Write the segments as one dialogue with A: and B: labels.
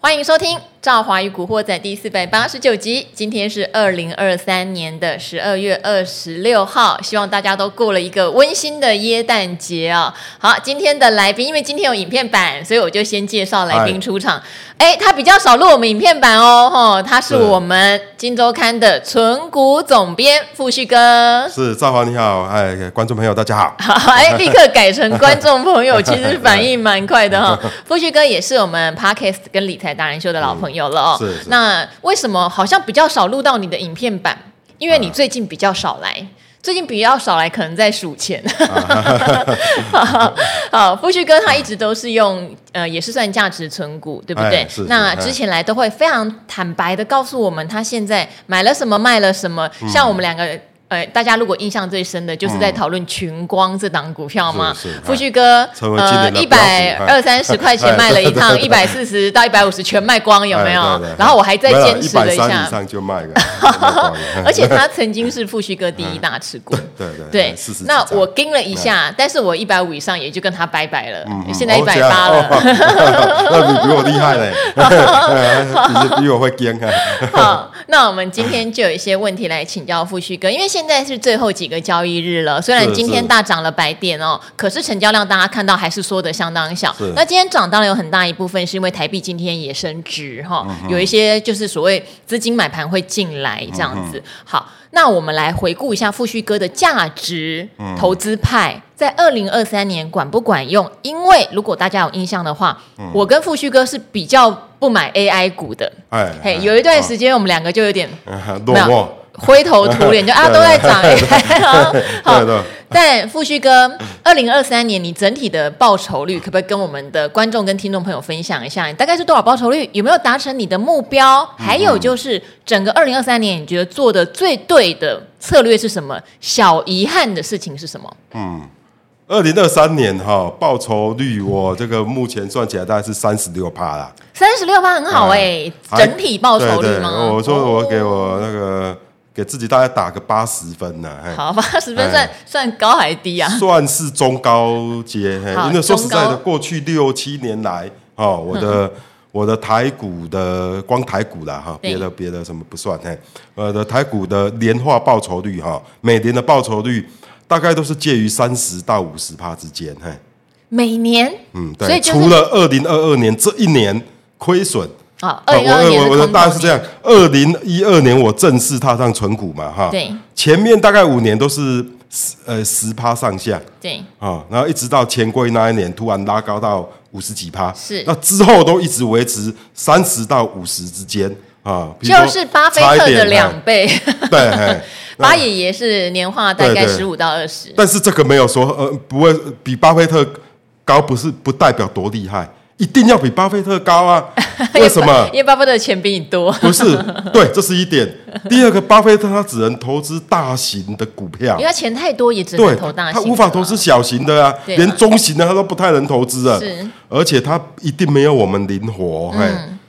A: 欢迎收听《赵华与古惑仔》第四百八十九集。今天是二零二三年的十二月二十六号，希望大家都过了一个温馨的耶诞节啊、好，今天的来宾，因为今天有影片版，所以我就先介绍来宾出场。哎，他比较少录我们影片版哦，吼，他是
B: 对
A: 我们《金周刊》的存股总编傅旭哥。
B: 是赵华你好，哎，观众朋友大家好，
A: 好，哎，立刻改成观众朋友，其实反应蛮快的哈、 富旭哥也是我们 Podcast 跟理财达人秀的老朋友了哦。
B: 嗯是是
A: 那为什么好像比较少录到你的影片版？因为你最近比较少来。最近比较少来，可能在数钱。
B: 啊
A: 好，好富旭哥他一直都是用呃，也是算价值存股，对不对？
B: 哎是是
A: 那
B: 哎
A: 之前来都会非常坦白的告诉我们，他现在买了什么，卖了什么。
B: 嗯
A: 像我们两个。呃，大家如果印象最深的就是在讨论群光这档股票嘛
B: 是是，
A: 富旭哥
B: 成为今
A: 呃
B: 年的
A: 一
B: 标
A: 百
B: 股
A: 二
B: 哎
A: 三十块钱卖了一 趟，一百四十到一百五十全卖光，有没有？
B: 哎对对
A: 然后我还在坚持了一
B: 没有130
A: 下
B: 以，上就卖了，卖光了
A: 而且他曾经是富旭哥第一大持股。
B: 对对哎
A: 对
B: 四十，
A: 那我盯了一下，但是我一百五以上也就跟他拜拜了，现在一
B: 嗯哦
A: 百
B: 这样
A: 八了。
B: 哦 那你比我厉害嘞， 你是比我会惊啊，
A: 好，那我们今天就有一些问题来请教富旭哥，因为现在是最后几个交易日了，虽然
B: 是
A: 今天
B: 是
A: 大涨了百点哦，可是成交量大家看到还是缩的相当小
B: 是。
A: 那今天涨当然有很大一部分是因为台币今天也升值哈、
B: 嗯
A: 有一些就是所谓资金买盘会进来这样
B: 嗯
A: 子。好，那我们来回顾一下富旭哥的价值
B: 嗯
A: 投资派。在二零二三年管不管用？因为如果大家有印象的话，
B: 嗯
A: 我跟富旭哥是比较不买 AI 股的。
B: 哎
A: 嘿，有一段时间我们两个就有点
B: 间
A: 没
B: 落寞
A: 有，灰头土脸，就啊
B: 对
A: 都在涨哎、 好
B: 对，对，
A: 但富旭哥，二零二三年你整体的报酬率可不可以跟我们的观众跟听众朋友分享一下？你大概是多少报酬率？有没有达成你的目标？还有就是整个二零二三年，你觉得做的最对的策略是什么？小遗憾的事情是什么？
B: 二零二三年哈、报酬率我这个目前算起来大概是三十六趴啦，
A: 三十六趴很好哎、
B: 还
A: 整体报酬率吗？
B: 啊哎对对我说我给
A: 哦
B: 我那个、给自己大概打个八十分呢、嘿
A: 好吧，十分算
B: 哎嗯
A: 算高还低啊？
B: 算是中高阶，嘿
A: 好
B: 因为说实在
A: 中高嗯
B: 的，过去六七年来，哦，我的、我的台股的光台股啦，哈，
A: 对
B: 别的别的什么不算，嘿，我的台股的年化报酬率哈，每年的报酬率大概都是介于三十到五十趴之间，嘿，
A: 每年
B: 嗯，
A: 所
B: 对，
A: 以就是
B: 除了二零二二年这一年亏损。
A: 好，
B: 啊
A: 二零二二
B: 我
A: 年
B: 我我
A: 的
B: 的
A: 空
B: 大概
A: 头
B: 是这样，二零一二年我正式踏上存股嘛，哈，
A: 对
B: 前面大概五年都是十呃十趴上下，
A: 对，
B: 啊、然后一直到钱柜那一年突然拉高到五十几趴，
A: 是
B: 那之后都一直维持三十到五十之间啊，比如
A: 就
B: 说
A: 是巴菲
B: 差一
A: 特的
B: 点啊
A: 两 倍。
B: 哎 对，哎
A: 巴爷爷是年化大概
B: 对对
A: 十五到二十，
B: 但是这个没有说呃不会比巴菲特高，不是不代表多厉害，一定要比巴菲特高 啊？为什么
A: 因？为巴菲特的钱比你 多。
B: 不是，对，这是一点。第二个，巴菲特他只能投资大型的股票
A: 因为，他钱太多，也只能
B: 对，
A: 投大
B: 他
A: 型的啊
B: 无法投资小型的啊，
A: 对啊
B: 连中型的他都不太能投资啊。
A: 是嗯
B: 而且他一定没有我们灵活，嘿，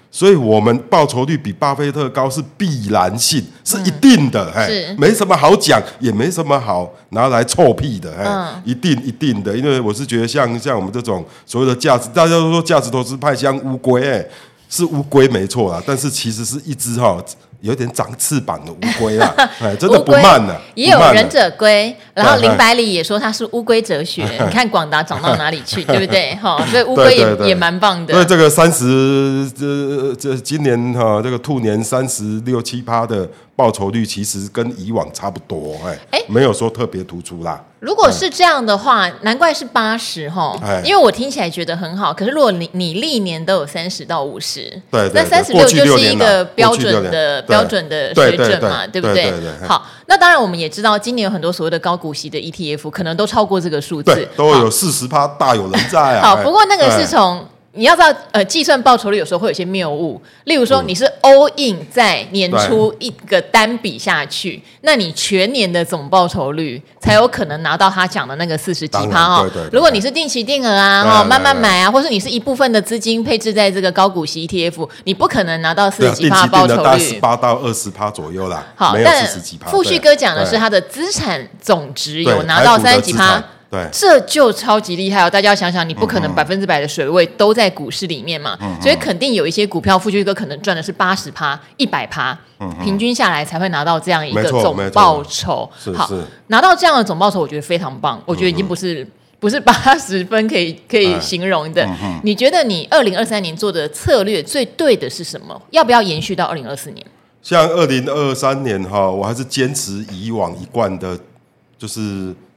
B: 所以我们报酬率比巴菲特高是必然性，是一定的，
A: 嗯是
B: 嘿，没什么好讲，也没什么好拿来臭屁的，嘿，
A: 嗯
B: 一定一定的，因为我是觉得像像我们这种所谓的价值，大家都说价值投资派像乌龟，哎，是乌龟没错啦，但是其实是一只哈。有点长翅膀的乌龟 啦，哎，真的不慢呢、
A: 乌龟也有
B: 不慢啊
A: 忍者龟，然后
B: 对对
A: 林百里也说他是乌龟哲 学。你看广达涨到哪里去，对不对？哈，所以乌龟
B: 对对
A: 也
B: 对
A: 也蛮棒
B: 因为
A: 的。
B: 这个三十这这今年哈、这个兔年三十六七趴的报酬率，其实跟以往差不多，哎、
A: 哎
B: 没有说特别突出啦。
A: 如果是这样的话，难怪是八十哈
B: 哎，
A: 因为我听起来觉得很好。可是如果你你历年都有三十到五十，
B: 对对
A: 那
B: 对
A: 三十
B: 过去
A: 就
B: 六
A: 是一
B: 年啦
A: 个
B: 过去
A: 标
B: 六
A: 准
B: 年
A: 的
B: 对
A: 标准的
B: 对
A: 水准
B: 对
A: 嘛，
B: 对
A: 不
B: 对对对
A: 好，那当然我们也知道，今年有很多所谓的高股息的 ETF，可能都超过这个数
B: 对
A: 字，，
B: 都有四十趴大有人在啊。
A: 好，
B: 哎
A: 不过那个是
B: 哎
A: 从你要知道，呃，计算报酬率有时候会有些谬误，例如
B: 嗯
A: 说你是 all in 在年初一个单笔下去，那你全年的总报酬率才有可能拿到他讲的那个四十几
B: 当然
A: 趴哦
B: 对对对。
A: 如果你是定期定额啊，
B: 对
A: 哦，
B: 对
A: 慢慢
B: 对
A: 买啊，或是你是一部分的资金配置在这个高股息 ETF，你不可能拿到四
B: 对
A: 十
B: 啊
A: 几
B: 定
A: 趴
B: 期
A: 的报
B: 定的
A: 酬
B: 大概十
A: 率。
B: 八到二十趴左右啦，
A: 好，
B: 没有
A: 但
B: 四十几趴。
A: 富旭
B: 对
A: 哥讲的是
B: 对
A: 他的资产总值
B: 对
A: 有拿到三
B: 台股
A: 十
B: 的
A: 几
B: 资产
A: 趴，
B: 对，
A: 这就超级厉害哦！大家要想想，你不可
B: 嗯
A: 能百分之百的水位都在股市里面嘛，所以肯定有一些股票富居哥可能赚的是八十趴、一百趴，平均下来才会拿到这样一个
B: 嗯没错
A: 总
B: 没错
A: 报酬
B: 是。
A: 好
B: 是，
A: 拿到这样的总报酬，我觉得非常棒，我觉得已经不是。不是八十分可以可以
B: 嗯哎
A: 形容的。你觉得你二零二三年做的策略最对的是什么？要不要延续到二零二四年？
B: 像二零二三年哈，我还是坚持以往一贯的，就是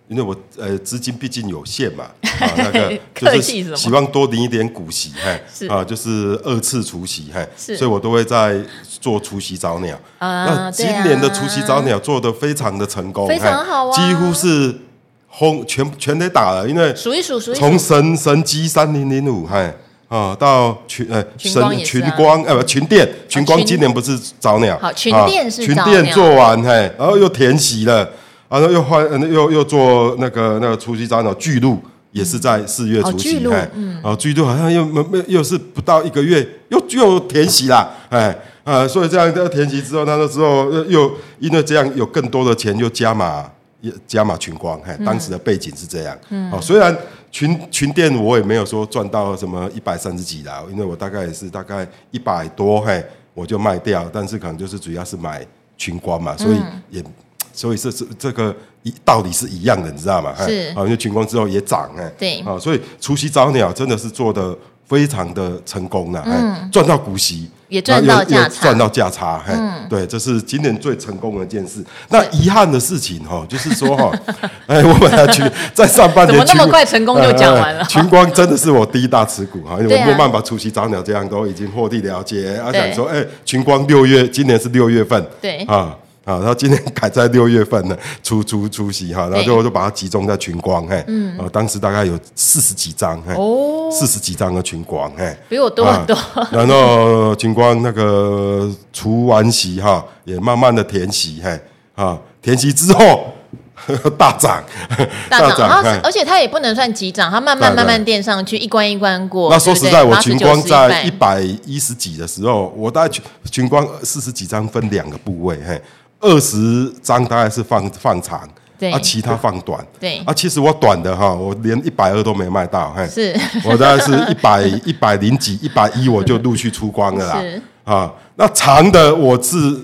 B: 因为我呃资金毕竟有限嘛，啊那 个就
A: 客
B: 是
A: 气什么
B: 希望多领一点股息，
A: 是
B: 嘿，啊就是二次除息，嘿，
A: 是
B: 所以我都会在做除夕早鸟。
A: 啊
B: 那今
A: 对啊
B: 年的除夕早鸟做的非常的成功，
A: 非常
B: 嘿
A: 好啊
B: 几乎是轰全全得打了，因为
A: 数一数，数一数
B: 从。神神机三零零五，嗨啊，到群呃
A: 群光也
B: 神
A: 是
B: 群
A: 啊
B: 光呃不群电，群光
A: 群
B: 今年不是早鸟，
A: 好群
B: 啊
A: 电是
B: 群
A: 早
B: 电
A: 鸟
B: 做完，嘿，然后又填息了，然后又换呃又又做那个那个除夕早鸟巨鹿。也是在四月
A: 哦
B: 除夕
A: 巨，鹿
B: 嘿啊，巨鹿好像又没没又是不到一个月，又又填息啦，哎啊，所以这样填息之后，那时候又又因为这样有更多的钱又加码也加码群光，嘿，当时的背景是这样。哦，虽然群群店我也没有说赚到什么一百三十几啦，因为我大概也是大概一百多，嘿，我就卖掉，但是可能就是主要是买群光嘛，所以也。所以这是这个一道理是一样的，你知道吗？嘿
A: 是
B: 啊，因为群光之后也涨，哎，
A: 对
B: 啊，所以除夕早鸟真的是做的非常的成功了，哎，赚到股息，
A: 嗯也赚到
B: 啊有有
A: 价差嗯
B: 赚到价差，嘿，对，这是今年最成功的一件事。那遗憾的事情哈，就是说哈，哎，我本来去在上半
A: 怎
B: 年
A: 么那么
B: 群
A: 快成功就讲完了
B: 哎哎群光真的是我第一大持股哈，因为
A: 对
B: 我
A: 啊
B: 没有办法除夕早鸟这样都已经获利了结，啊，
A: 对
B: 想说哎，群光六月今年是六月份，
A: 对
B: 啊。啊，他今年 改在六月份了，出出出席哈，然后
A: 对
B: 就我就把它集中在群光，嘿，嗯，啊，当时大概有四十几张，嘿，
A: 哦
B: 四十几张的群光，嘿，
A: 比我多很多。
B: 啊 然后景光那个除完息哈，也慢慢的填息，嘿，啊，填息之后 大涨，
A: 大 涨，然后
B: 嘿
A: 而且它也不能算急涨，它慢
B: 对
A: 慢
B: 对
A: 慢慢垫上去，一关一关过。
B: 那说
A: 对不
B: 实
A: 对
B: 在，我
A: 80
B: 群光在
A: 90
B: 一百一十几的时候，我大概群群光四十几张分两个部位，嘿，二十张大概是放放长，
A: 对
B: 啊，其他放短，
A: 对
B: 啊，其实我短的哈，我连一百二都没卖到，嘿，
A: 是
B: 我大概是一百一百零几、一百一我就陆续出光了啦
A: 是，
B: 啊，那长的我是。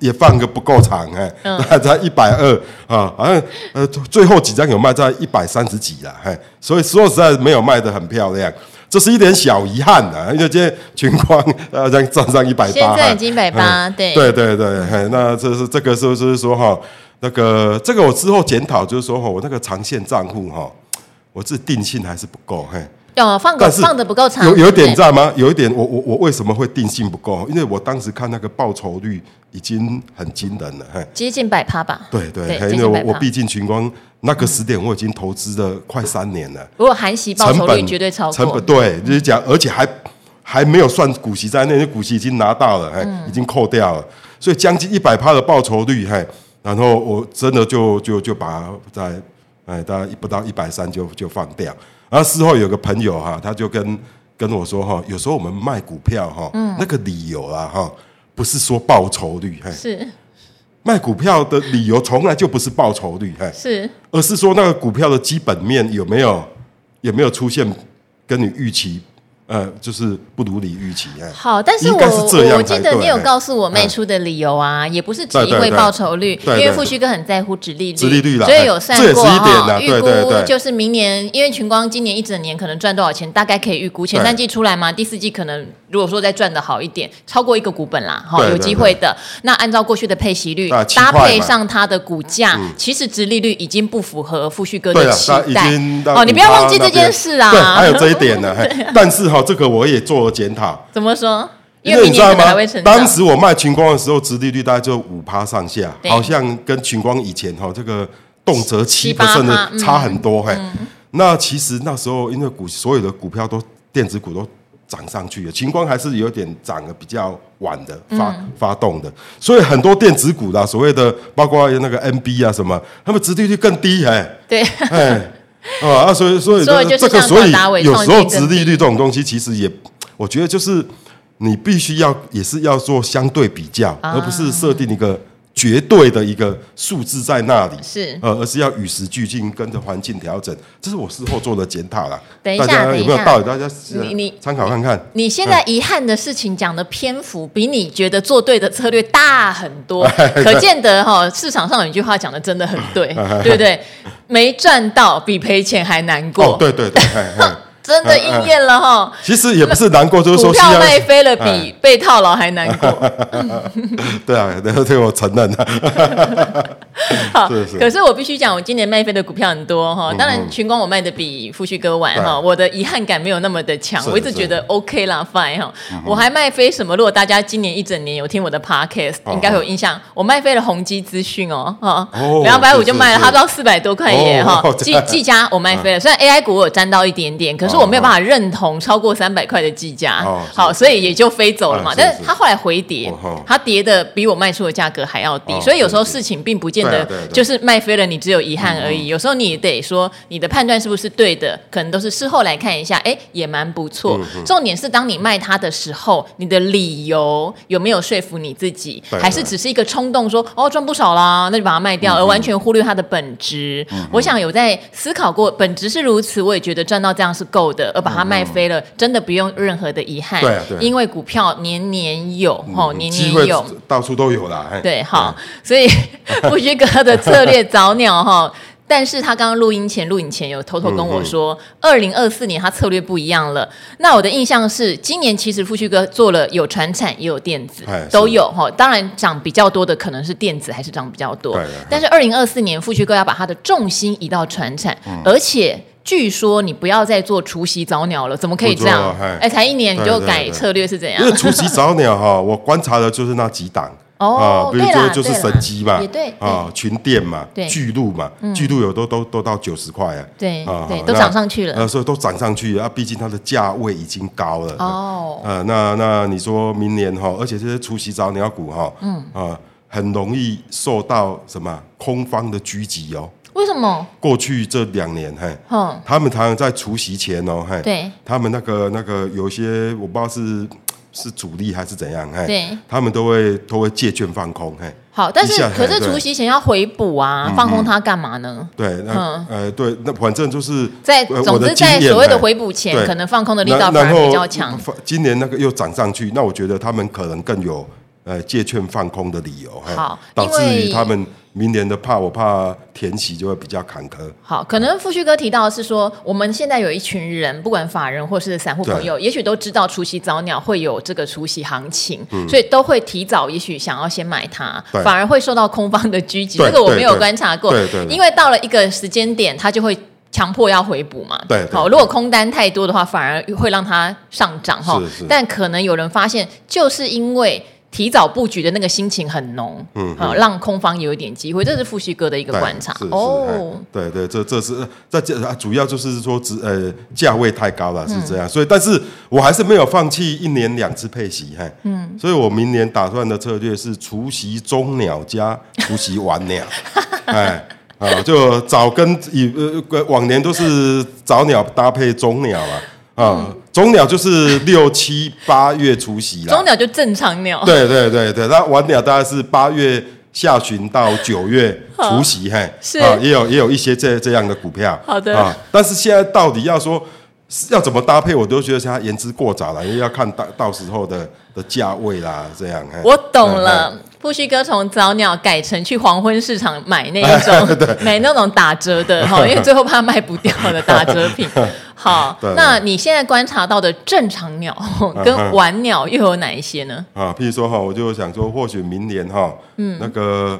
B: 也放个不够长哎，
A: 嗯
B: 大概在一百二啊，好像呃最后几张有卖在一百三十几啦，嘿，所以说实在没有卖的很漂亮，这是一点小遗憾啊，因为今天群况呃这样站上一百八，
A: 现在已
B: 嘿
A: 经180
B: 嗯
A: 对
B: 对对对，嘿，那这是这个是不是说哈，那个这个我之后检讨就是说哈，我那个长线账户哈，我这定性还是不够嘿。
A: 哦，放个
B: 但是
A: 放的不够长，
B: 有有一点
A: 对
B: 你知道吗？有一点我，我我为什么会定性不够？因为我当时看那个报酬率已经很惊人了，嘿，
A: 接近百趴吧？
B: 对对，
A: 对，
B: 嘿
A: 接
B: 因为
A: 近百
B: 我
A: 趴。
B: 我毕竟群光那个时点我已经投资了快三年了，
A: 如果含息报
B: 成
A: 酬率
B: 本
A: 绝对超过，
B: 成本对，就是讲，而且还还没有算股息在内，因为股息已经拿到了，嘿，
A: 嗯
B: 已经扣掉了，所以将近一百趴的报酬率，嘿，然后我真的就就就把它在哎大概不到一百三就就放掉，然后事后有个朋友哈、他就跟跟我说哈、有时候我们卖股票哈、
A: 嗯
B: 那个理由啊哈、不是说报酬率，嘿，
A: 是
B: 卖股票的理由从来就不是报酬率，嘿，
A: 是
B: 而是说那个股票的基本面有没有有没有出现跟你预期，呃，就是不如你预期哎。
A: 好，但是
B: 应
A: 我
B: 该是这样
A: 我记
B: 才
A: 得
B: 对
A: 你有
B: 哎
A: 告诉我卖
B: 嗯
A: 出的理由啊，也不是只
B: 对
A: 因
B: 对
A: 为
B: 对
A: 报酬率，
B: 对
A: 因为
B: 对
A: 富
B: 对
A: 旭哥很在乎殖利率，
B: 殖利率啦
A: 所以
B: 哎
A: 有算
B: 这也是
A: 过
B: 一点
A: 哈，
B: 啦
A: 预
B: 对对
A: 估
B: 对
A: 就是明年，因为群光今年一整年可能赚多少钱，大概可以预估前
B: 对
A: 三季出来嘛，第四季可能如果说再赚的好一点，超过一个股本啦，哈，
B: 对
A: 有
B: 对
A: 机
B: 对
A: 会的。那按照过去的配息率
B: 大概七
A: 搭
B: 块
A: 配
B: 嘛嗯
A: 上它的股价，其实殖利率已经不符合富旭哥
B: 对
A: 的
B: 了，
A: 期
B: 那已
A: 待
B: 经到
A: 哦，你不要
B: 58
A: 忘记这
B: 那边
A: 件事啊，
B: 对，还有这一点 呢。嘿但是哈，这个我也做了检讨，
A: 怎么说？因
B: 因
A: 为
B: 为
A: 明
B: 你知
A: 年
B: 道
A: 可能还
B: 吗
A: 会成？长。
B: 当时我卖群光的时候，殖利率大概就五趴上下，
A: 对
B: 好像跟群光以前哈这个动辄七
A: 八
B: 甚
A: 趴嗯嗯
B: 的差很多嘿。那其实那时候因为股所有的股票都电子股都涨上去了，群光还是有点涨得比较晚的
A: 嗯
B: 发、发动的，所以很多电子股啦，所谓的包括那个 NB 啊什么，他们殖利率更低嘿。
A: 对，
B: 哎，啊，啊所以所以
A: 所以
B: 这
A: 就是
B: 这个，
A: 像
B: 所以
A: 达伟
B: 有
A: 创
B: 时候
A: 新
B: 殖
A: 跟
B: 利率这种东西，其实也，我觉
A: 啊
B: 得就是你必须要也是要做相对比较，而不是设定一个绝对的一个数字在那里，
A: 是
B: 呃，而是要与时俱进，跟着环境调整。这是我事后做的检讨啦。
A: 等一下
B: 大家有没
A: 等一
B: 有
A: 下
B: 道理？大家呃
A: 你你
B: 参考看看。
A: 你现在遗憾的事情讲的篇幅比你觉得做对的策略大很多，可见得哈、市场上有一句话讲的真的很对，对不对？没赚到比赔钱还难过，
B: 哦，对对对，哎哎
A: 真的应验了哈、
B: 其实也不是难过，就是
A: 股
B: 说是
A: 票
B: 要
A: 卖飞了
B: 哎
A: 比被套牢还难过。
B: 对啊，这个我承认啊了。
A: 好
B: 是嗯是
A: 可是我必须讲，我今年卖飞的股票很多哈。当然，群光我卖的比富旭哥晚哈，
B: 对
A: 我的遗憾感没有那么的强。
B: 是嗯
A: 我一直觉得 OK 啦，fine 哈。我还卖飞什么？如果大家今年一整年有听我的 podcast，
B: 哦
A: 应该会有印象。我卖飞了宏基资讯哦，哈
B: 哦，
A: 两百五
B: 是
A: 就卖了，
B: 是
A: 它到四百多块耶 哈
B: 哦。嗯
A: 技
B: 这样
A: 技嘉我卖飞了，虽然 AI 股我有沾到一点点，可是我没有办法认同超过三百块的技嘉
B: 哦，是
A: 好，所以也就飞走了嘛
B: 嗯。是
A: 但是
B: 是
A: 它后来回跌
B: 哦哦，
A: 它跌的比我卖出的价格还要低，
B: 哦
A: 所以有时候
B: 是
A: 事情并不见
B: 对
A: 得
B: 啊对啊嗯对啊
A: 就是。就是卖飞了，你只有遗憾而已。有时候你也得说你的判断是不是对的，可能都是事后来看一下，哎，也蛮不
B: 嗯
A: 错。重点是当你卖它的时候，你的理由有没有说服你自己，
B: 对嗯
A: 还是只是一个冲动说哦赚不少啦，那就把它卖掉，而完全忽略它的本质。我想有在思考过，本质是如此，我也觉得赚到这样是够的，而把它卖飞了，真的不用任何的遗憾
B: 对啊对啊，
A: 因为股票年年有，哦，年
B: 机
A: 年
B: 会
A: 有。
B: 到处都有啦。嘿
A: 对，好，
B: 嗯
A: 所以 不虚哥的策略早鸟哈。但是他刚刚录音前、录影前有偷偷跟
B: 嗯
A: 我说，二零二四年他策略不一样了。那我的印象是，今年其实富旭哥做了有船产也有电子
B: 哎是，
A: 都有哈。当然涨比较多的可能是电子，还是涨比较多
B: 对对对。
A: 但是二零二四年富旭哥要把他的重心移到船产，
B: 嗯
A: 而且据说你不要再做除夕早鸟了，怎么可以
B: 不
A: 这
B: 做了
A: 样
B: 哎？
A: 哎，才一年你就
B: 对对
A: 改
B: 对
A: 策略是怎样
B: 因？为除夕早 鸟哈，我观察的就是那几档。
A: 哦
B: 啊，比如
A: 对
B: 说
A: 啦
B: 就是
A: 对啦
B: 神机嘛，
A: 也对
B: 啊，群电嘛
A: 对，嗯
B: 巨鹿嘛，巨鹿有都都都到九十块啊，
A: 对
B: 啊
A: 对
B: 啊
A: 都
B: 那
A: 涨上去了
B: 呃，所以都涨上去了啊，毕竟它的价位已经高了，
A: 哦
B: 呃，那那你说明年哈，而且这些除夕早鸟股哈，嗯啊，很容易受到什么空方的狙击哦。
A: 为什么？
B: 过去这两年，嘿，
A: 哼，
B: 他们常常在除夕前哦，嘿，
A: 对，
B: 他们那个那个有些我不知道是是主力还是怎样，嘿，
A: 对，
B: 他们都会都会借券放空，嘿，
A: 好，但
B: 一
A: 是
B: 下哎
A: 可是
B: 对嗯
A: 除夕前要回补啊，放空它干嘛呢？
B: 对，那、呃对，那反正就是
A: 嗯在
B: 呃
A: 总
B: 我的
A: 之，
B: 经
A: 在
B: 验
A: 所谓的
B: 嘿
A: 回补前，
B: 对
A: 可能放空的力道
B: 然
A: 反而
B: 然后
A: 比较强。
B: 发今年那个又涨上去，那我觉得他们可能更有呃借券放空的理由，嘿
A: 好
B: 导致
A: 因为
B: 于他们明年的怕我怕填息就会比较坎坷。
A: 好，可能富旭哥提到的是说，我们现在有一群人，不管法人或是散户朋友，也许都知道除夕早鸟会有这个除夕行情，所以都会提早，也许想要先买它，
B: 对
A: 反而会受到空方的狙击。
B: 对
A: 这个我
B: 对
A: 没有
B: 对
A: 观察过
B: 对对，对
A: 因为到了一个时间点，它就会。强迫要回补嘛？
B: 对对
A: 好，如果空单太多的话，反而会让它上涨哈
B: 是是。
A: 但可能有人发现，就是因为提早布局的那个心情很浓，嗯，好，让空方有一点机会，这是富旭哥的一个
B: 对
A: 观察
B: 是是
A: 哦
B: 哎。对对，这这是呃在这啊主要就是说只呃价位太高了是
A: 嗯
B: 这样，所以但是我还是没有放弃一年两次配息，嘿，嗯，所以我明年打算的策略是除夕中鸟加除夕晚 鸟，哎。啊，就早跟以呃往年都是早鸟搭配中鸟啊，啊，
A: 嗯
B: 中鸟就是六七八月除夕啦，
A: 中鸟就正常鸟，
B: 对对对对，那晚鸟大概是八月下旬到九月除夕，嘿，
A: 是
B: 啊，也有也有一些这这样的股票。
A: 好的
B: 啊，但是现在到底要说是要怎么搭配，我都觉得它言之过早了，因为要看到到时候的的价位啦，这样。嘿
A: 我懂
B: 嗯
A: 了。富旭哥从早鸟改成去黄昏市场买那一 种，买那种打折的哈，因为最后怕卖不掉的打折 品。好
B: 对，嗯
A: 那你现在观察到的正常鸟跟晚鸟又有哪一些呢？
B: 啊，譬如说哈，我就想说，或许明年哈，嗯，那个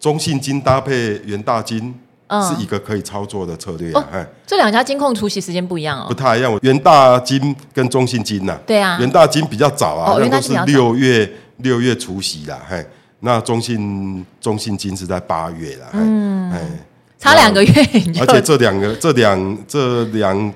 B: 中信金搭配元大金
A: 嗯
B: 是一个可以操作的策略
A: 哦
B: 啊，哎。
A: 这两家金控出席时间不一样
B: 不
A: 哦。
B: 太一样。元大金跟中信金呐、
A: 对啊
B: 元大金比较早啊，
A: 哦元
B: 那
A: 大
B: 都
A: 金
B: 是
A: 比较早
B: 六月六月除夕啦，嘿。那中信中信金是在八月啦，嗯，哎，
A: 差两个月你就
B: 而且这两个这两这两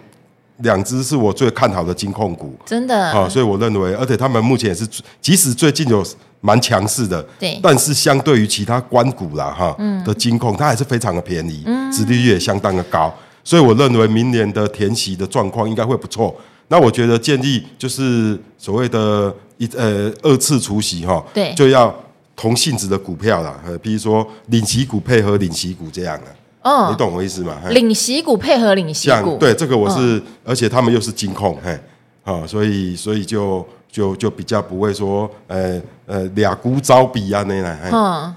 B: 两只是我最看好的金控股
A: 真
B: 啊，
A: 的
B: 所以我认为，而且他们目前也是，即使最近有蛮强势的，
A: 对嗯
B: 但是相对于其他关股啦哈的金控，它还是非常的便宜，殖利率也相当的高，所以我认为明年的填息的状况应该会不错。那我觉得建议就是所谓的一呃二次除息哈，
A: 对
B: 就要同性质的股票啦，呃，比如说领息股配合领息股这样的，你
A: 嗯，
B: 懂我意思吗？嘿
A: 领息股配合领息股，
B: 像对这个
A: 嗯
B: 我是，而且他们又是金控，嘿，啊、所以所以就就就比较不会说，呃呃，俩股招比啊那样，嘿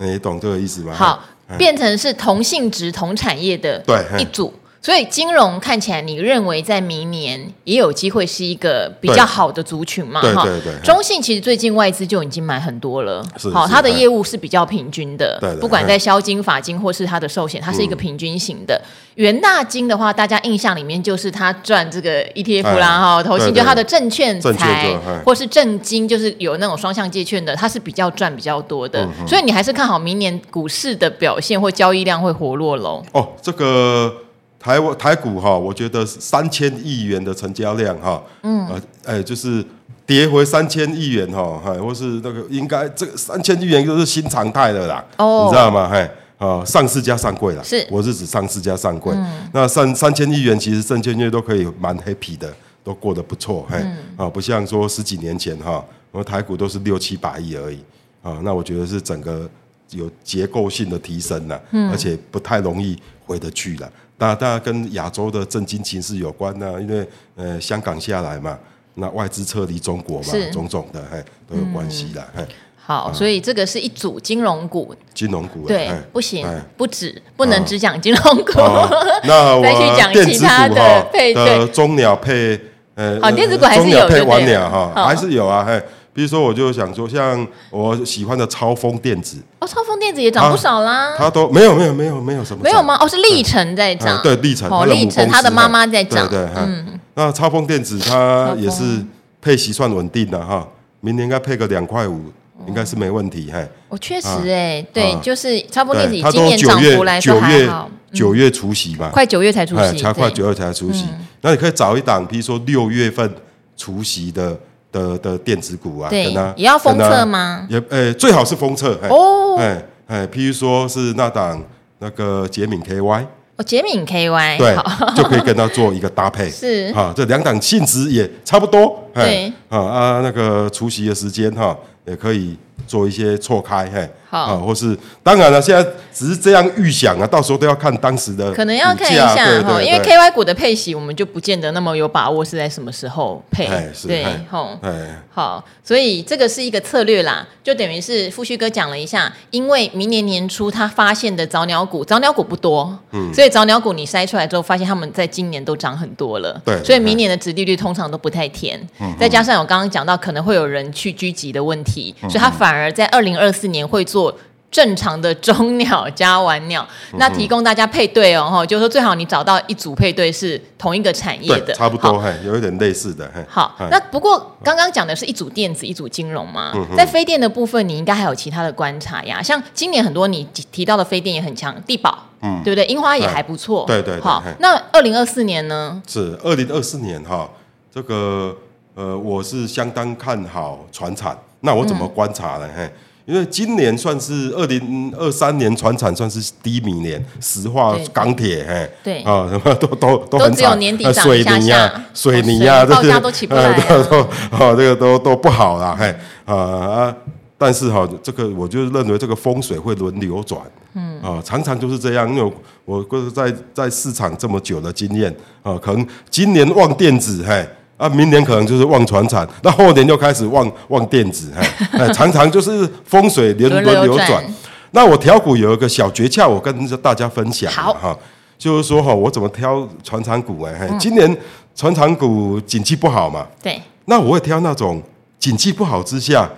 A: 嗯
B: 你懂这个意思吗？
A: 好，变成是同性质同产业的
B: 哎对哎嘿
A: 一组。所以金融看起来，你认为在明年也有机会是一个比
B: 对
A: 较好的族群嘛？
B: 对
A: 哈
B: 对对嘿
A: 中信其实最近外资就已经买很多了
B: 是，
A: 好，
B: 是
A: 它的
B: 嘿
A: 业务是比较平均的
B: 对，对哎嗯
A: 不管
B: 嘿
A: 在销金、法金或是它的寿险，它是一个平均型的。元大金的话，大家印象里面就是它赚这个 ETF 啦，
B: 哎
A: 哈，投信
B: 对
A: 就
B: 对
A: 它的证券
B: 证券
A: 财
B: 就哎嘿
A: 或是证金，就是有那种双向借券的，它是比较赚比较多
B: 嗯
A: 的，所以你还是看好明年股市的表现或交易量会活络喽。
B: 哦，这个台湾台股哈、我觉得三千亿元的成交量哈、嗯，呃，哎，就是跌回三千亿元哈、哦，哎，或是那个应该这个三千亿元就是新常态了啦，
A: 哦
B: 你知道吗？嘿。啊、上市加上柜啦，
A: 是嗯
B: 我是指上市加上柜。那三三千亿元，其实证券业都可以蛮 happy 的，都过得不错，嘿，啊、
A: 嗯
B: 不像说十几年前哈，我们台股都是六七百亿而已，啊，那我觉得是整个有结构性的提升了，
A: 嗯
B: 而且不太容易回得去了。那当然跟亚洲的政经情势有关呢、因为呃香港下来嘛，那外资撤离中国嘛
A: 是，嗯
B: 种种的嘿都有关系的、嘿，
A: 好，所以这个是一组金融股，
B: 金融股啊
A: 对
B: 嘿，
A: 不行
B: 嗯哎，
A: 不止，不能只讲金融股。
B: 哦，那
A: 再去
B: 我
A: 讲
B: 电
A: 其
B: 子
A: 他
B: 股
A: 的
B: 哈
A: 配
B: 的
A: 对
B: 中鸟配呃，
A: 哦电子股还是
B: 中鸟
A: 有
B: 配
A: 就对
B: 完鸟
A: 了
B: 哈，
A: 好
B: 还是有啊，嘿。比如说，我就想说，像我喜欢的超风电子，
A: 哦，超风电子也涨不少啦，
B: 啊它都没有没有没有没有什么
A: 嗯没有
B: 涨
A: 吗？哦，是历程在涨
B: 嗯，对，历程，
A: 哦，
B: 它的母
A: 历程
B: 公
A: 它的
B: 司
A: 妈
B: 哈
A: 妈在涨，
B: 对对，嗯。那超风电子它也是配息算稳定的哈，明年应该配个两块五，应该是没问题，嘿。
A: 我确实哎，对
B: 啊，
A: 就是超风电子
B: 对，
A: 以
B: 它
A: 今
B: 都
A: 年
B: 九
A: 涨幅来
B: 月
A: 说
B: 九
A: 还
B: 月
A: 好，嗯
B: 九月除息嘛，
A: 快九月才出
B: 哎，
A: 息，
B: 才快
A: 对嗯
B: 九月才除息。那你可以找一档，比如说六月份除息的的的电子股啊，
A: 对
B: 跟它
A: 也要封
B: 跟它
A: 测吗
B: 也呃，最好是封测，哎
A: 哦
B: 哎哎，譬如说是那档那个杰敏 KY。
A: 哦，杰敏 KY
B: 对
A: 好，
B: 就可以跟它做一个搭配。
A: 是
B: 啊，这两档性质也差不多。
A: 对
B: 嘿，啊啊，那个除夕的时间哈、也可以做一些错开，嘿，
A: 好
B: 啊，或是当然了，现在只是这样预想啊，到时候都要看当时的
A: 可能要看一
B: 呃股价
A: 下
B: 对
A: 哈，
B: 对
A: 因为
B: 对
A: KY 股的配息，我们就不见得那么有把握是在什么时候配
B: 哎，是
A: 对
B: 哎，
A: 吼。
B: 哎，
A: 好，所以这个是一个策略啦，就等于是富旭哥讲了一下，因为明年年初他发现的早鸟股，早鸟股不多，
B: 嗯
A: 所以早鸟股你筛出来之后，发现他们在今年都涨很多了，
B: 对嗯
A: 所以明年的殖利率通常都不太甜，再加上我刚刚讲到可能会有人去狙击的问题，
B: 嗯
A: 所以他反而在二零二四年会做。正常的中鸟加晚鸟，
B: 嗯
A: 那提供大家配对哦，吼，就是说最好你找到一组配对是同一个产业的，
B: 对，差不
A: 好
B: 多，嘿，有一点类似的，嘿，
A: 好
B: 哎，
A: 那不过刚刚讲的是一组电子，一组金融嘛，
B: 嗯
A: 在非电的部分，你应该还有其他的观察呀。像今年很多你提提到的非电也很强，地保，对不对？樱花也还不错，
B: 嗯对对对
A: 好
B: 嘿，
A: 那二零二四年呢？
B: 是二零二四年哈，这个呃，我是相当看好船产。那我怎么观察呢？
A: 嗯
B: 嘿，因为今年算是二零二三年船产算是低迷年，石化
A: 对、
B: 钢铁，嘿，
A: 对
B: 啊，什么都都都很
A: 都只有
B: 惨
A: 年底
B: 呃
A: 涨
B: 水
A: 一下
B: 泥
A: 下
B: 啊、水泥啊，
A: 哦水
B: 这些
A: 报价都起不来啊
B: 呃都 哦，这个都都不好啦，嘿啊啊！但是哈、这个我就认为这个风水会轮流转，嗯啊、常常就是这样，因为我我过去在在市场这么久的经验啊、可能今年旺电子，嘿。啊，明年可能就是旺船产，那后年又开始旺旺电子，嘿，哎，常常就是风水轮
A: 轮
B: 轮
A: 流
B: 流
A: 转
B: 转。那我挑股有一个小诀窍，我跟大家分享
A: 好
B: 哈，就是说哈，我怎么挑船厂股哎、
A: 嗯
B: 嘿今年船厂股景气不好嘛，
A: 对，
B: 那我会挑那种景气不好之下，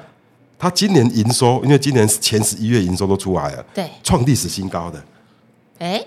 B: 它今年营收，因为今年前十一月营收都出来了，
A: 对
B: 创历史新高的，
A: 哎，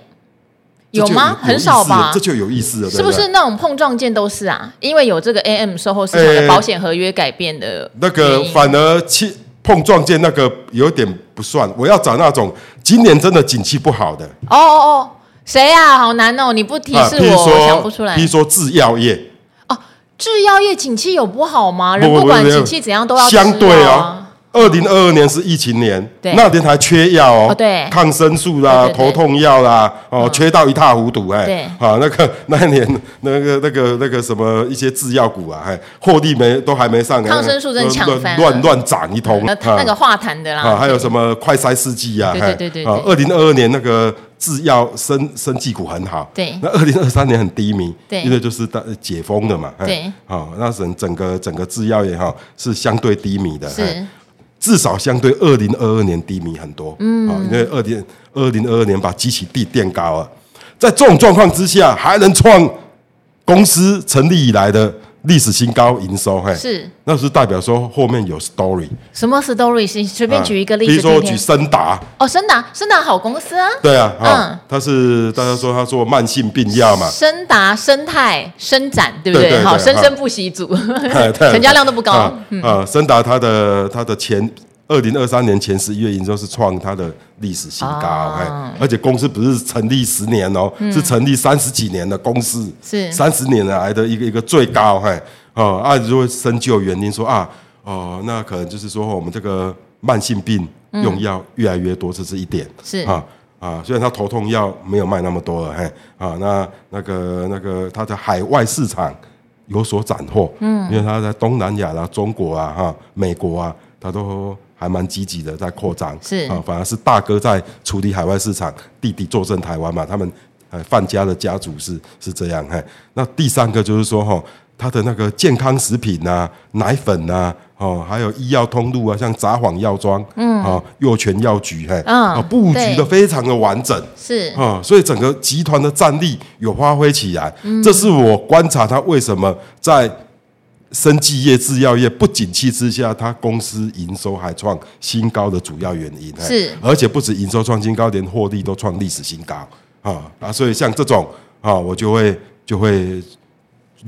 B: 这
A: 有
B: 就
A: 吗？
B: 意
A: 很少
B: 思了
A: 吧
B: 这？就有意思了，
A: 是不
B: 对
A: 是那种碰撞件都是啊？因为有这个 AM 售后市场的
B: 哎
A: 保险合约改变的
B: 那个
A: 原因
B: 反而去碰撞见那个有点不算，我要找那种今年真的景气不好的
A: 哦哦哦，谁啊？好难哦，你不提示
B: 啊譬如
A: 我，我
B: 说，
A: 想不出来
B: 譬如。说制药业。
A: 哦，制药业景气有不好吗？人
B: 不
A: 不管
B: 不
A: 景气怎样都要吃
B: 相对哦
A: 啊。
B: 二零二二年是疫情年，
A: 对
B: 那年还缺药哦，
A: 哦对
B: 抗生素啦、
A: 对对对嗯
B: 头痛药啦，哦，缺到一塌糊涂哎，
A: 对
B: 啊，那个 那一年那个那个那个什么一些制药股啊，哎，获利没都还没上，哎
A: 抗生素真的抢翻了呃
B: 乱乱涨一通，
A: 那
B: 啊
A: 那个化痰的啦，
B: 啊，还有什么快筛试剂啊？
A: 对对对对对
B: 啊，二零二二年那个制药生生技股很好，
A: 对
B: 那二零二三年很低迷，
A: 对
B: 因为就是大解封了嘛，哎
A: 对，
B: 好、那整整个整个制药业哈是相对低迷的，哎
A: 是
B: 至少相对二零二二年低迷很多，嗯，啊，因为二零二零二二年把机器地垫高了，在这种状况之下，还能创公司成立以来的历史新高营收，嘿，
A: 是
B: 那是代表说后面有 story，
A: 什么 story？是随便举一个例
B: 嗯比
A: 子
B: 如
A: 听
B: 啊说
A: 听。
B: 举森达，
A: 哦，森达，森达好公司啊，
B: 对啊，啊、
A: 嗯
B: 他是大家说他做慢性病 药嘛，
A: 森达、生态、伸展，对不
B: 对对对
A: 好，
B: 对
A: 生
B: 哈
A: 生不息组，
B: 哎对
A: 成交量都不高嗯
B: 啊。啊，森达他的他的前二零二三年前十一月营收是创他的历史新高，
A: 哦嗯
B: 哎、而且公司不是成立十年哦，是成立三十几年的公司，
A: 是
B: 三十年来的一个一个最高，嘿，哦啊，如果深究原因说啊，哦，那可能就是说我们这个慢性病
A: 嗯
B: 用药越来越多，这是一点，
A: 是
B: 啊。啊，虽然它头痛药没有卖那么多了，嘿，啊，那那个那个它的海外市场有所斩获，嗯，因为它在东南亚啦、中国啊、哈、美国啊，它都还蛮积极的在扩张，
A: 是
B: 啊，反而是大哥在处理海外市场，弟弟坐镇台湾嘛，他们呃范家的家族是是这样，嘿，那第三个就是说哈。吼它的那个健康食品啊、奶粉啊，哦，还有医药通路啊，像札幌药妆，嗯，哦，幼泉药局，嘿，
A: 嗯
B: 啊，布局的
A: 对
B: 非常的完整，
A: 是
B: 啊、所以整个集团的战力有发挥起来，
A: 嗯
B: 这是我观察它为什么在生技业、制药业不景气之下，它公司营收还创新高的主要原因。嘿
A: 是
B: 而且不止营收创新高，连获利都创历史新高啊、啊！所以像这种啊、我就会就会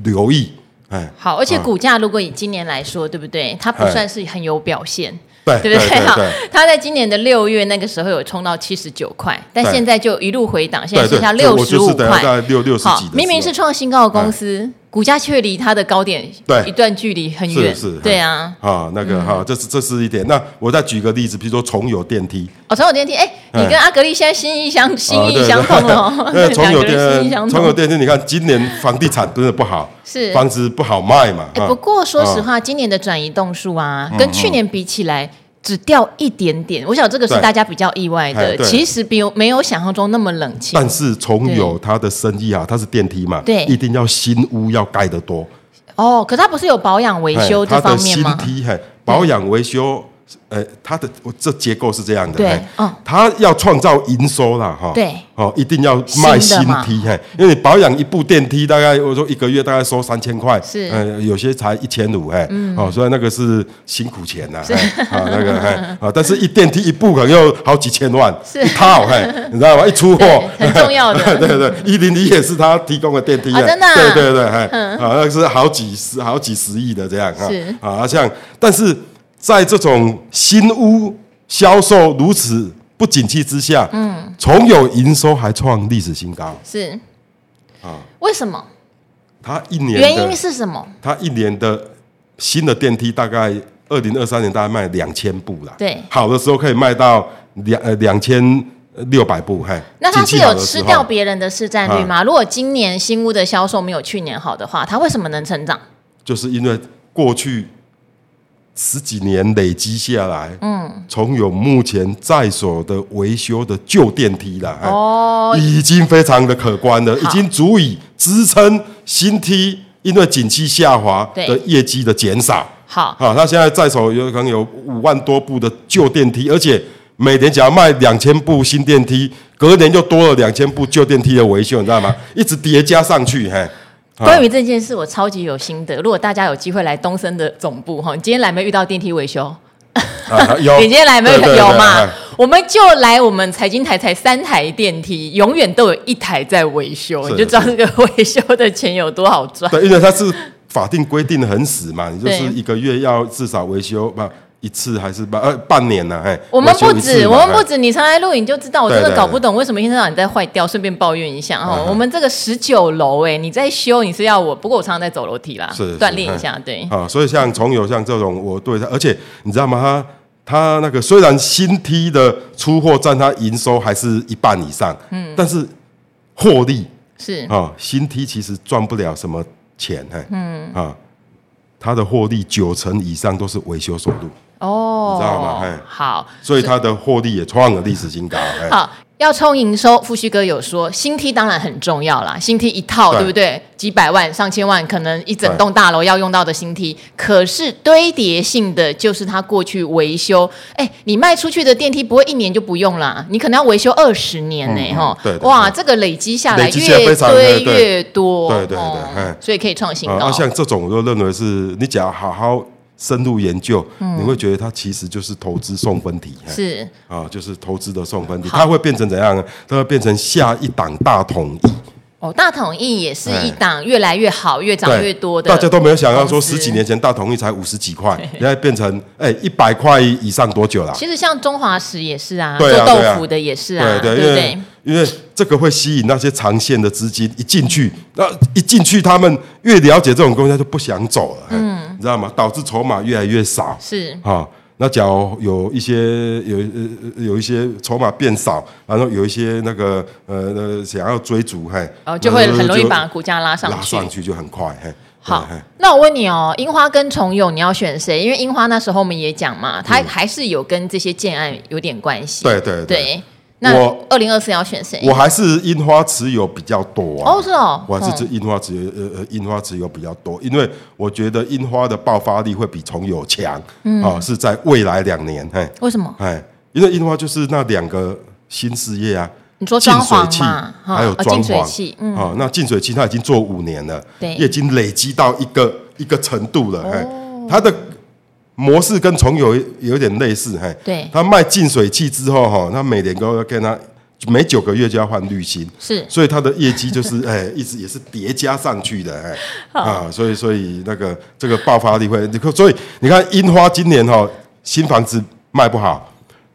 B: 留意，哎，
A: 好，而且
B: 啊
A: 股价如果以今年来说，对不对？它不
B: 哎
A: 算是很有表现。
B: 对
A: 对不
B: 对
A: 对？
B: 对
A: 好
B: 对，
A: 它在今年的六月那个时候有冲到七十九块，但
B: 对
A: 现在就一路回档，现
B: 对
A: 在
B: 对
A: 剩下，
B: 所以
A: 六
B: 我
A: 十
B: 就
A: 五
B: 是等
A: 块
B: 下。大概六六十
A: 好
B: 几的时，候，哎
A: 明明是创新高的公司，股价却离它的高点
B: 对
A: 一段距离很
B: 是
A: 远。
B: 是，
A: 对啊。
B: 啊、那个哈、这是这是一点。那我再举个例子，比如说重有电梯，
A: 哦，从有电梯，哎，你
B: 哎
A: 跟阿格力现在心意相心
B: 啊
A: 意相通了哦，
B: 对对对重
A: 两
B: 有
A: 个人心意相
B: 电，重有
A: 通。
B: 电梯，你看今年房地产真的不好，
A: 是
B: 房子不好卖嘛。
A: 哎，
B: 啊嗯
A: 不过说实话，今年的转移动数啊，跟去年比起来。只掉一点点，我想这个是
B: 对
A: 大家比较意外
B: 哎
A: 的。
B: 对
A: 其实比没有想象中那么冷清。
B: 但是重有它的生意啊，它是电梯嘛，
A: 对
B: 一定要新屋要盖得多，
A: 哦，可是它不是有保养维
B: 哎
A: 修这
B: 它的
A: 方面
B: 新
A: 吗？
B: 梯嘿，保养维修，呃，它的我这结构是这样的，
A: 对
B: 嘿
A: 嗯
B: 它要创造营收啦，哈，
A: 对
B: 哦，一定要卖
A: 新
B: 新
A: 的嘛
B: 梯，嘿，因为你保养一部电梯大概我说一个月大概收三千块，
A: 是嗯
B: 呃，有些才一千五，嘿，哦，所以那个是辛苦钱呐，嘿啊，那个嘿啊，但是一电梯一部可能要好几千万，
A: 是
B: 一套，嘿，你知道吗？一出货
A: 对很重要的
B: 对对，一零一也是他提供的电梯，
A: 啊
B: 嘿
A: 真的啊
B: 对对对，嘿，啊，那个是好几十好几十亿的这样啊
A: 是，
B: 啊，像但是在这种新屋销售如此不景气之下，嗯，从有营收还创历史新高，
A: 是
B: 啊
A: 为什么？
B: 它一年的
A: 原因是什么？
B: 它一年的新的电梯大概二零二三年大概卖两千部啦，
A: 对
B: 好的时候可以卖到两呃两千六百部，嘿，
A: 那它
B: 景
A: 是
B: 气好
A: 有
B: 的
A: 吃
B: 时候
A: 掉别人的市占
B: 啊
A: 率吗？如果今年新屋的销售没有去年好的话，它为什么能成长？
B: 就是因为过去十几年累积下来，嗯，从有目前在所的维修的旧电梯啦，哎
A: 哦，
B: 已经非常的可观了，已经足以支撑新梯因为景气下滑
A: 对
B: 的业绩的减少。
A: 好，
B: 好，他现在在手有可能有五万多部的旧电梯，而且每年只要卖两千部新电梯，隔年又多了两千部旧电梯的维修，你知道吗？一直叠加上去，嘿。好
A: 关于这件事我超级有心得。如果大家有机会来东森的总部哈，你今天来没有遇到电梯维修？
B: 啊有，
A: 你今天来没有
B: 对对对
A: 有嘛
B: 哎？
A: 我们就来我们财经台才三台电梯，永远都有一台在维修，
B: 是
A: 你就知道这个维修的钱有多好 赚。
B: 对，因为它是法定规定的很死嘛，你就
A: 对
B: 是一个月要至少维修吧一次还是半呃半年呢、哎，
A: 我们
B: 维修
A: 不
B: 一次
A: 止，
B: 嘛
A: 我们不
B: 哎
A: 止，你常来录影就知道，我
B: 对
A: 真的
B: 对
A: 搞
B: 对
A: 不懂为什么现在让你在坏掉，顺便抱怨一下哈
B: 嗯。嗯
A: 我们这个十九楼哎，你在修，你是要我，不过我常常在走楼梯啦
B: 是，
A: 锻炼一。
B: 是
A: 下
B: 哎，
A: 对，
B: 啊，所以像从有像这种，我对它，而且你知道吗？它它那个虽然新梯的出货占它营收还是一半以上，嗯，但是获利
A: 是
B: 啊、新梯其实赚不了什么钱，嘿，嗯啊，它的获利九成以上都是维修收入，
A: 哦，
B: 你知道吗嘿
A: 好，
B: 所以它的获利也创了历史新高，哎，
A: 好，要冲营收，富旭哥有说新梯当然很重要啦，新梯一套
B: 对
A: 对不对？几百万、上千万，可能一整栋大楼要用到的新梯。可是堆叠性的就是它过去维修，哎，你卖出去的电梯不会一年就不用啦，你可能要维修二十年呢、
B: 嗯嗯
A: 吼
B: 对对
A: 哇，
B: 对
A: 这个累积下来
B: 累积下来
A: 越
B: 非常
A: 堆
B: 对对
A: 越多，
B: 对对对
A: 哦
B: 哎
A: 所以可以创新
B: 啊，
A: 高。
B: 啊像这种我都认为是你只要好好深入研究，
A: 嗯
B: 你会觉得它其实就是投资送分题，嘿
A: 是
B: 啊，就是投资的送分题，它会变成怎样呢？它会变成下一档大统一，
A: 哦，大统一也是一
B: 哎
A: 档越来越好、越涨
B: 对
A: 越多的，
B: 大家都没有想到说
A: 公司
B: 十几年前大统一才五十几 块，现在变成哎一百块以上多久啦？
A: 其实像中华食也是啊，
B: 对啊
A: 做
B: 对
A: 豆
B: 啊
A: 腐的也是啊，
B: 对对，
A: 不
B: 因
A: 对
B: 为？因为这个会吸引那些长线的资金一进去，那一进去他们越了解这种公司，他就不想走了，嗯，你知道吗？导致筹码越来越少，
A: 是
B: 啊、那假如有一些有呃有一些筹码变少，然后有一些那个呃呃想要追逐，嘿，
A: 哦，就会
B: 那
A: 很容易把股价拉上
B: 拉
A: 去。
B: 上去就很快，嘿，
A: 好
B: 对嘿，
A: 那我问你哦，樱花跟重友你要选谁？因为樱花那时候我们也讲嘛，它还是有跟这些建案有点关系。
B: 嗯对对对
A: 对。那
B: 我
A: 二零二四要选谁？
B: 我还是樱花持有比较多啊。
A: 哦是哦
B: 我还是这樱花持有、呃呃樱花持有比较多，因为我觉得樱花的爆发力会比重友强，嗯，啊、是在未来两年，嘿，
A: 为什么？
B: 哎，因为樱花就是那两个新事业啊。
A: 你说
B: 净
A: 哦装
B: 水
A: 潢
B: 器
A: 嘛，哈
B: 还有
A: 哦
B: 装
A: 净水
B: 潢，
A: 器，嗯，
B: 哦，那净水器它已经做五年了，
A: 对哦
B: 也已经累积到一个一个程度了，哎，它的模式跟重油有点类似，嘿，
A: 对
B: 它卖净水器之后，哈，它每年都要跟它每九个月就要换滤芯，
A: 是
B: 所以它的业绩就是 哎，一直也是叠加上去的哎啊，所以所以那个这个爆发力会，你看，所以你看樱花今年哈、新房子卖不好，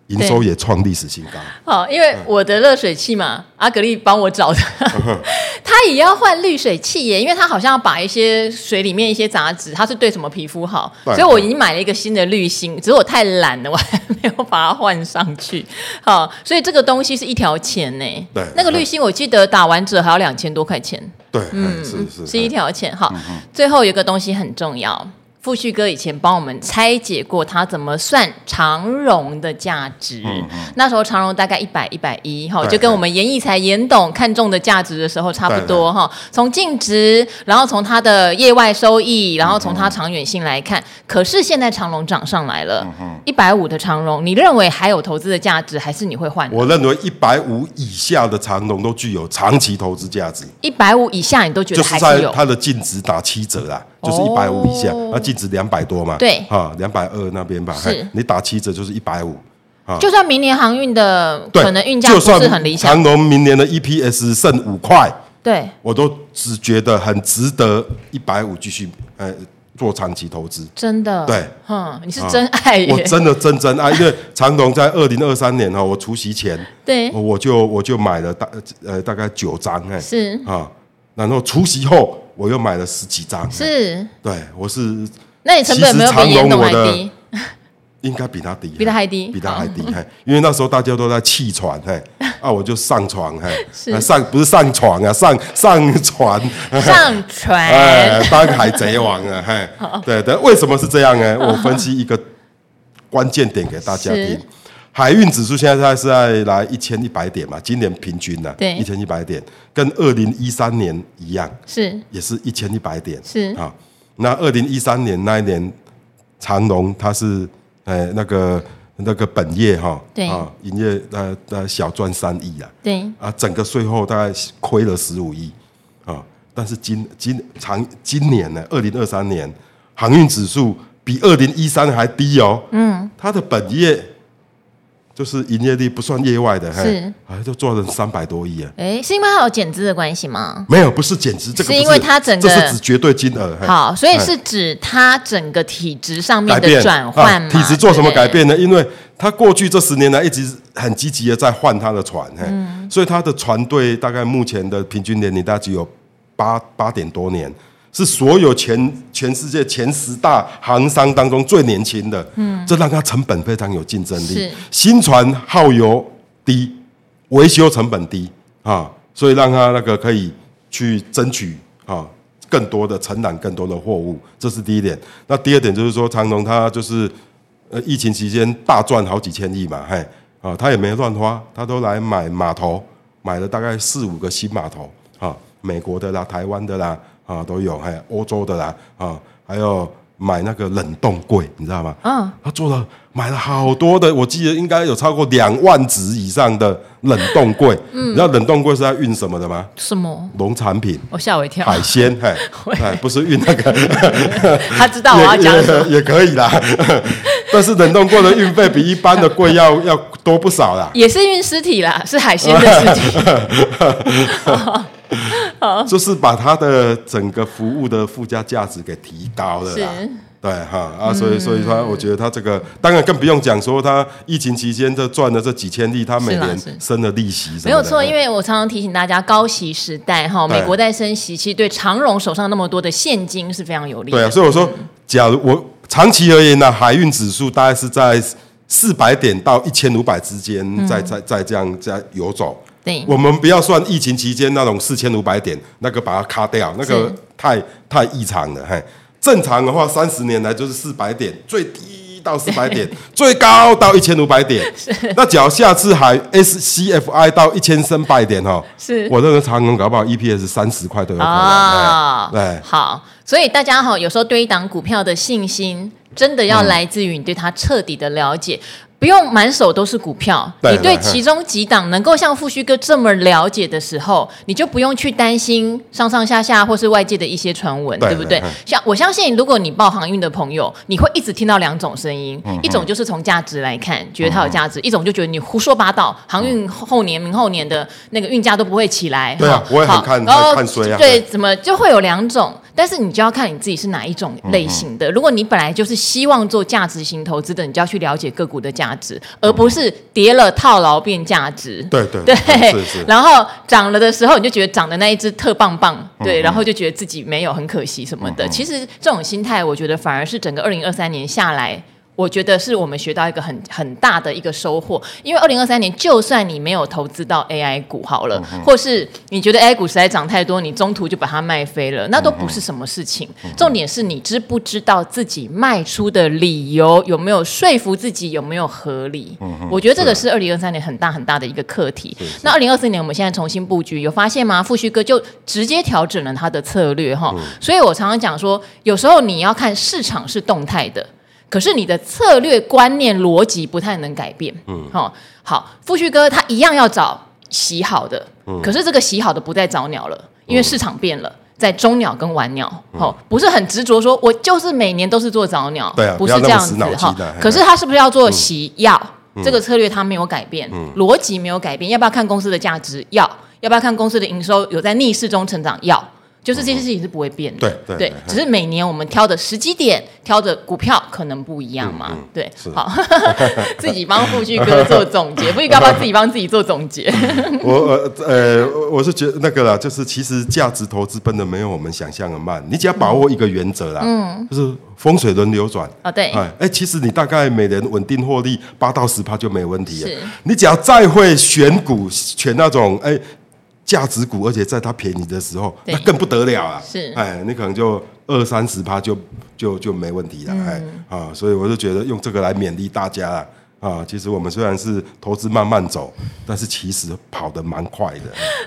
B: 营收
A: 对
B: 也创历史新高，
A: 好，哦因为我的热水器嘛，阿格力帮我 找的，他也要换滤水器耶，因为他好像要把一些水里面一些杂质，它是对什么皮肤好，
B: 对
A: 所以我已经买了一个新的滤芯，只是我太懒了，我还没有把它换上去。好，所以这个东西是一条钱呢。
B: 对
A: 那个滤芯我记得打完折还要两千多块钱，
B: 对，嗯，是是
A: 是一
B: 哎
A: 条钱。好，最后有一个东西很重要。富旭哥以前帮我们拆解过他怎么算长荣的价值，那时候长荣大概一百一百一哈，
B: 嗯对
A: 就跟我们严义才严董看中的价值的时候差不多哈。从净值，然后从它的业外收益，然后从它长远性来
B: 嗯
A: 看，可是现在长荣涨上来了，一百五的长荣，你认为还有投资的价值，还是你会换？
B: 我认为一百五以下的长龙都具有长期投资价值，
A: 一百五以下你都觉
B: 就
A: 得
B: 是
A: 还
B: 在
A: 有？
B: 它的净值打七折啦，就是一
A: 哦
B: 百五以下，那净值两百多嘛，
A: 对
B: 啊，两百二那边吧，
A: 是
B: 嘿你打七折就是一百五，
A: 就算明年航运的
B: 嗯对，
A: 可能运价
B: 就
A: 不
B: 算
A: 是很理想，
B: 长隆明年的 EPS 剩五块，
A: 对，
B: 我都只觉得很值得一百五继续呃做长期投资。
A: 真的，
B: 对，啊
A: 哼，你是真爱耶，
B: 我真的真真啊爱，因为长隆在二零二三年哈，我除夕前
A: 对
B: 我就我就买了大呃大概九张哎，
A: 是
B: 啊，然后除夕后我又买了十几张，哎
A: 是，
B: 对我是
A: 那你成本有没有比严董还低？
B: 应该比他低，
A: 比他还低哦
B: 比他还低，嘿，因为那时候大家都在弃船，嘿，啊，我就上床，嘿，啊上不是上床啊，上上船，
A: 上
B: 哎
A: 船，
B: 当海贼王啊，嘿，
A: 哦
B: 对对，为什么是这样呢？我分析一个关键点给大家听
A: 是。
B: 海运指数现在是在来一千一百点嘛，今年平均呢、
A: 对
B: 一千一百点，跟二零一三年一样，
A: 是
B: 也是一千一百点。
A: 是
B: 啊，那二零一三年那一年，长隆它是呃那个那个本业哈，
A: 对
B: 啊，营业呃呃小赚三亿啊，
A: 对，
B: 啊，整个税后大概亏了十五亿啊，但是今今长今年呢，二零二三年航运指数比二零一三还低哦，嗯，它的本业。就是营业利不算业外的，嘿
A: 是
B: 啊，就做了三百多亿啊，
A: 哎，是因为它有减资的关系吗？
B: 没有，不是减值，这
A: 是
B: 个不
A: 因为它整个
B: 这是指绝对金额。嘿
A: 好，所以
B: 嘿
A: 是指它整个体质上
B: 改
A: 面
B: 变
A: 的转换嘛？
B: 啊，体质做什
A: 对
B: 么
A: 不对
B: 改？变呢？因为他过去这十年来一直很积极的在换他的船，嘿，所以他的船队大概目前的平均年龄大概只有八八点多年，是所有全全世界前十大航商当中最年轻的，嗯，这让它成本非常有竞争力
A: 是。
B: 新船耗油低，维修成本低啊，所以让它那个可以去争取啊更多的承揽更多的货物，这是第一点。那第二点就是说，长荣它就是呃疫情期间大赚好几千亿嘛，嘿啊，他也没乱花，他都来买码头，买了大概四五个新码头啊，美国的啦、台湾的啦啊都有，还有欧洲的啦啊，还有买那个冷冻柜，你知道吗？
A: 嗯，
B: 他做了买了好多的，我记得应该有超过两万只以上的冷冻柜。嗯，你知道冷冻柜是在运什么的吗？
A: 什么？
B: 农产品、
A: 我吓我一跳，
B: 海鲜，嘿，哎，不是运那个，
A: 他知道我要讲什么。
B: 也也 也可以啦。但是冷冻柜的运费比一般的柜要要多不少啦。
A: 也是运尸体啦，是海鲜的尸 体。哦
B: 就是把它的整个服务的附加价值给提高了啦
A: 是。嗯
B: 对哈啊，所以所以说，我觉得他这个当然更不用讲，说他疫情期间这赚了这几千亿，他每
A: 是啦
B: 年
A: 是
B: 生了利息什么的，
A: 没有错，因
B: 为
A: 为我常常提醒大家，高息时代哈，
B: 对
A: 美国在升息，其实对长荣手上那么多的现金是非常有利的。
B: 对啊，所以我说，假如我长期而言呢、海运指数大概是在四百点到一千五百之间，在在在这样在游走。
A: 嗯对
B: 我们不要算疫情期间那种四千五百点，那个把它卡掉，那个
A: 是
B: 太太异常了。嘿，正常的话，三十年来就是四百点，最低到四百 点，最高到一千五百点。那假如下次还 SCFI 到一千三百点哦，
A: 是
B: 我认为长隆搞不好 EPS 三十块都有可能。
A: 啊
B: 哎，哎
A: 好，所以大家哈，有时候对一档股票的信心，真的要来自于你对它彻底的了解。不用满手都是股票，
B: 对
A: 你对
B: 对
A: 其中几档能够像富旭哥这么了解的时候，你就不用去担心上上下下或是外界的一些传闻，
B: 对
A: 对不对
B: 对对？
A: 像我相信，如果你报航运的朋友，你会一直听到两种声音，一种就是从价值来看，觉得它有价值；一种就觉得你胡说八道，航运后年、明后年的那个运价都不会起来。
B: 对啊
A: 哈
B: 我也很
A: 好
B: 看
A: 然后
B: 看衰啊
A: 对，怎么就会有两种，但是你就要看你自己是哪一种类型的。如果你本来就是希望做价值型投资的，你就要去了解个股的价值，而不是跌了套牢变价值。
B: 对对
A: 对
B: 是是，
A: 然后涨了的时候，你就觉得涨的那一只特棒棒，
B: 嗯
A: 对，然后就觉得自己没有很可惜什么的。其实这种心态，我觉得反而是整个二零二三年下来。我觉得是我们学到一个很很大的一个收获，因为二零二三年，就算你没有投资到 AI 股好了，
B: 嗯
A: 或是你觉得 AI 股实在涨太多，你中途就把它卖飞了，
B: 嗯
A: 那都不是什么事情。重点是你知不知道自己卖出的理由有没有说服自己，有没有合理？
B: 嗯
A: 我觉得这个
B: 啊
A: 是二零二三年很大很大的一个课题。那二零二四年我们现在重新布局，有发现吗？富旭哥就直接调整了他的策略哈，
B: 嗯
A: 所以我常常讲说，有时候你要看市场是动态的。可是你的策略观念逻辑不太能改变，嗯，哦，好，富旭哥他一样要找洗好的，
B: 嗯
A: 可是这个洗好的不再早鸟了，因为市场变了。在中鸟跟晚鸟，
B: 嗯
A: 哦，不是很执着，说我就是每年都是做早鸟，
B: 对啊
A: 不
B: 不
A: 是
B: 要
A: 这
B: 那
A: 样
B: 么死
A: 子
B: 脑筋
A: 哈
B: 的。嘿
A: 可是他是不是要
B: 嗯
A: 做洗药？这个策略他没有改变，逻辑没有改变，要不要看公司的价值？要，要不要看公司的营收有在逆势中成长？要，就是这些事情是不会变的。
B: 嗯对对嗯对
A: 只是每年我们挑的时机点、挑的股票可能不一样
B: 嗯
A: 嘛。对，好， 自己帮富旭哥做总 结，富旭哥要不要自己帮自己做总结？
B: 我呃呃，我是觉得那个啦，就是其实价值投资奔的没有我们想象的慢，你只要把握一个原则啦，嗯，就是风水轮流转。
A: 哦，对，
B: 哎哎，其实你大概每年稳定获利八到十趴就没问题了
A: 是。
B: 你只要再会选股，选那种哎价值股，而且在它便宜的时候，
A: 对
B: 那更不得了啊！
A: 是
B: 哎，你可能就二三十趴就就就没问题
A: 嗯
B: 了。哎啊，所以我就觉得用这个来勉励大家啦。啊，其实我们虽然是投资慢慢走，但是其实跑得蛮快的。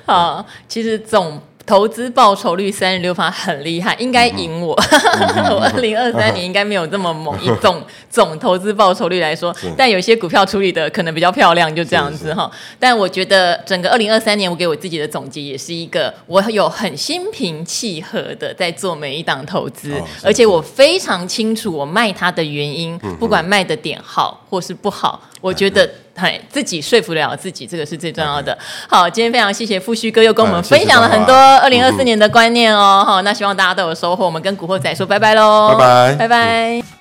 A: 好，其实总投资报酬率三十六趴很厉害，应该
B: 嗯
A: 赢我。 我二零二三年应该没有这么猛，以总总投资报酬率来说，但有些股票处理的可能比较漂亮，就这样子哈。但我觉得整个二零二三年，我给我自己的总结也是一个，我有很心平气和的在做每一档投资，
B: 哦是嗯
A: 而且我非常清楚我卖它的原因，不管卖的点好或是不好，我觉得。嘿，自己说服得了自己，这个是最重要的。好，今天非常谢谢富旭哥又跟我们
B: 哎嗯谢谢
A: 分享了很多
B: 大
A: 二零二四年的观念哦。好，那希望大家都有收获。我们跟古惑仔说拜拜喽，
B: 拜拜
A: 拜拜。